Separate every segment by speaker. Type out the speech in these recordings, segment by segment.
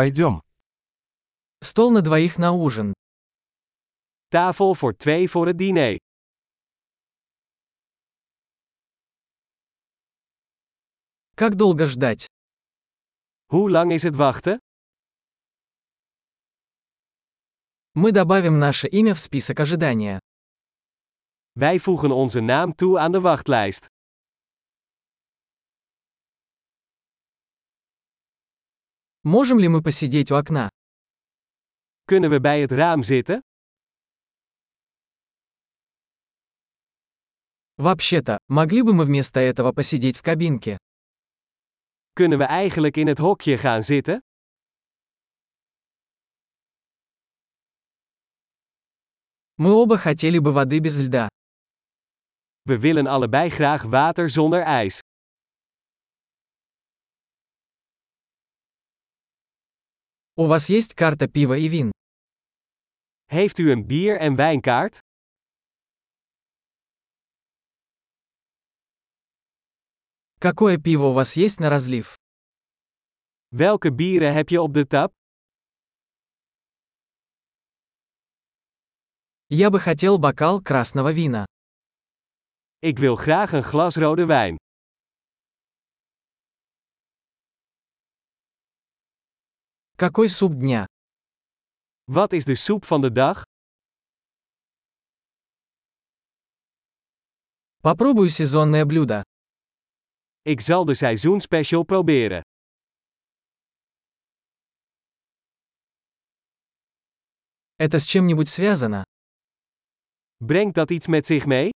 Speaker 1: Пойдем.
Speaker 2: Стол на двоих на ужин.
Speaker 3: Tafel voor twee voor het diner.
Speaker 2: Как долго ждать?
Speaker 3: Hoe lang is het wachten?
Speaker 2: Мы добавим наше имя в список ожидания.
Speaker 3: Wij voegen onze naam toe aan de wachtlijst.
Speaker 2: Можем ли мы посидеть у окна?
Speaker 3: Kunnen we bij het raam zitten?
Speaker 2: Вообще-то, могли бы мы вместо этого посидеть в кабинке?
Speaker 3: Kunnen we eigenlijk in het hokje gaan zitten?
Speaker 2: Мы оба хотели бы воды без льда.
Speaker 3: We willen allebei graag water zonder ijs.
Speaker 2: У вас есть карта пива и вин?
Speaker 3: Heeft u een bier- en wijnkaart?
Speaker 2: Какое пиво у вас есть на разлив?
Speaker 3: Welke bieren heb je op de tap?
Speaker 2: Я бы хотел бокал красного вина.
Speaker 3: Ik wil graag een glas rode wijn.
Speaker 2: Какой суп дня?
Speaker 3: Wat is de soep van de dag?
Speaker 2: Попробую сезонное блюдо.
Speaker 3: Ik zal de seizoenspecial proberen.
Speaker 2: Это с чем-нибудь связано?
Speaker 3: Brengt dat iets met zich mee?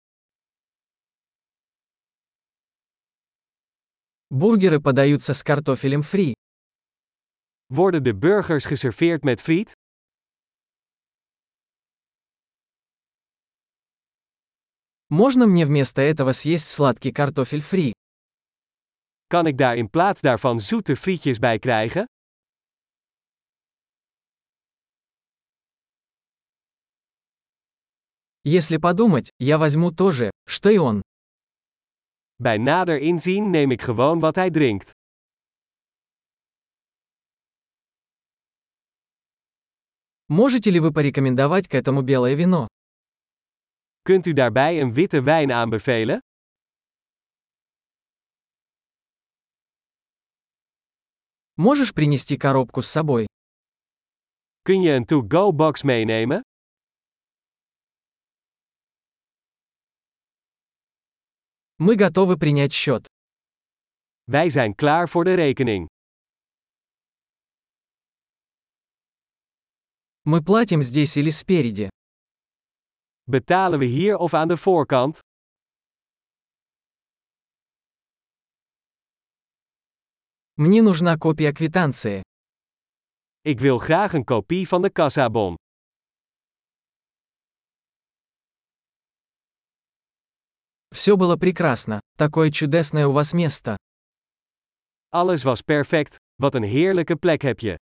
Speaker 2: Бургеры подаются с картофелем фри.
Speaker 3: Worden de burgers geserveerd met friet?
Speaker 2: Можно мне вместо этого съесть сладкий картофель фри?
Speaker 3: Kan ik daar in plaats daarvan zoete frietjes bij krijgen?
Speaker 2: Если подумать, я возьму то же, что и он.
Speaker 3: Bij nader inzien neem ik gewoon wat hij drinkt.
Speaker 2: Можете ли вы порекомендовать к этому белое вино?
Speaker 3: Kunt u daarbij een witte wijn aanbevelen?
Speaker 2: Можешь принести коробку с собой?
Speaker 3: Kun je een to-go box meenemen?
Speaker 2: Мы готовы принять счет.
Speaker 3: Wij zijn klaar voor de rekening.
Speaker 2: Мы платим здесь или спереди.
Speaker 3: Betalen we hier of aan de voorkant?
Speaker 2: Мне нужна копия квитанции.
Speaker 3: Ik wil graag een kopie van de kassabon.
Speaker 2: Все было прекрасно. Такое чудесное у вас место.
Speaker 3: Alles was perfect. Wat een heerlijke plek heb je.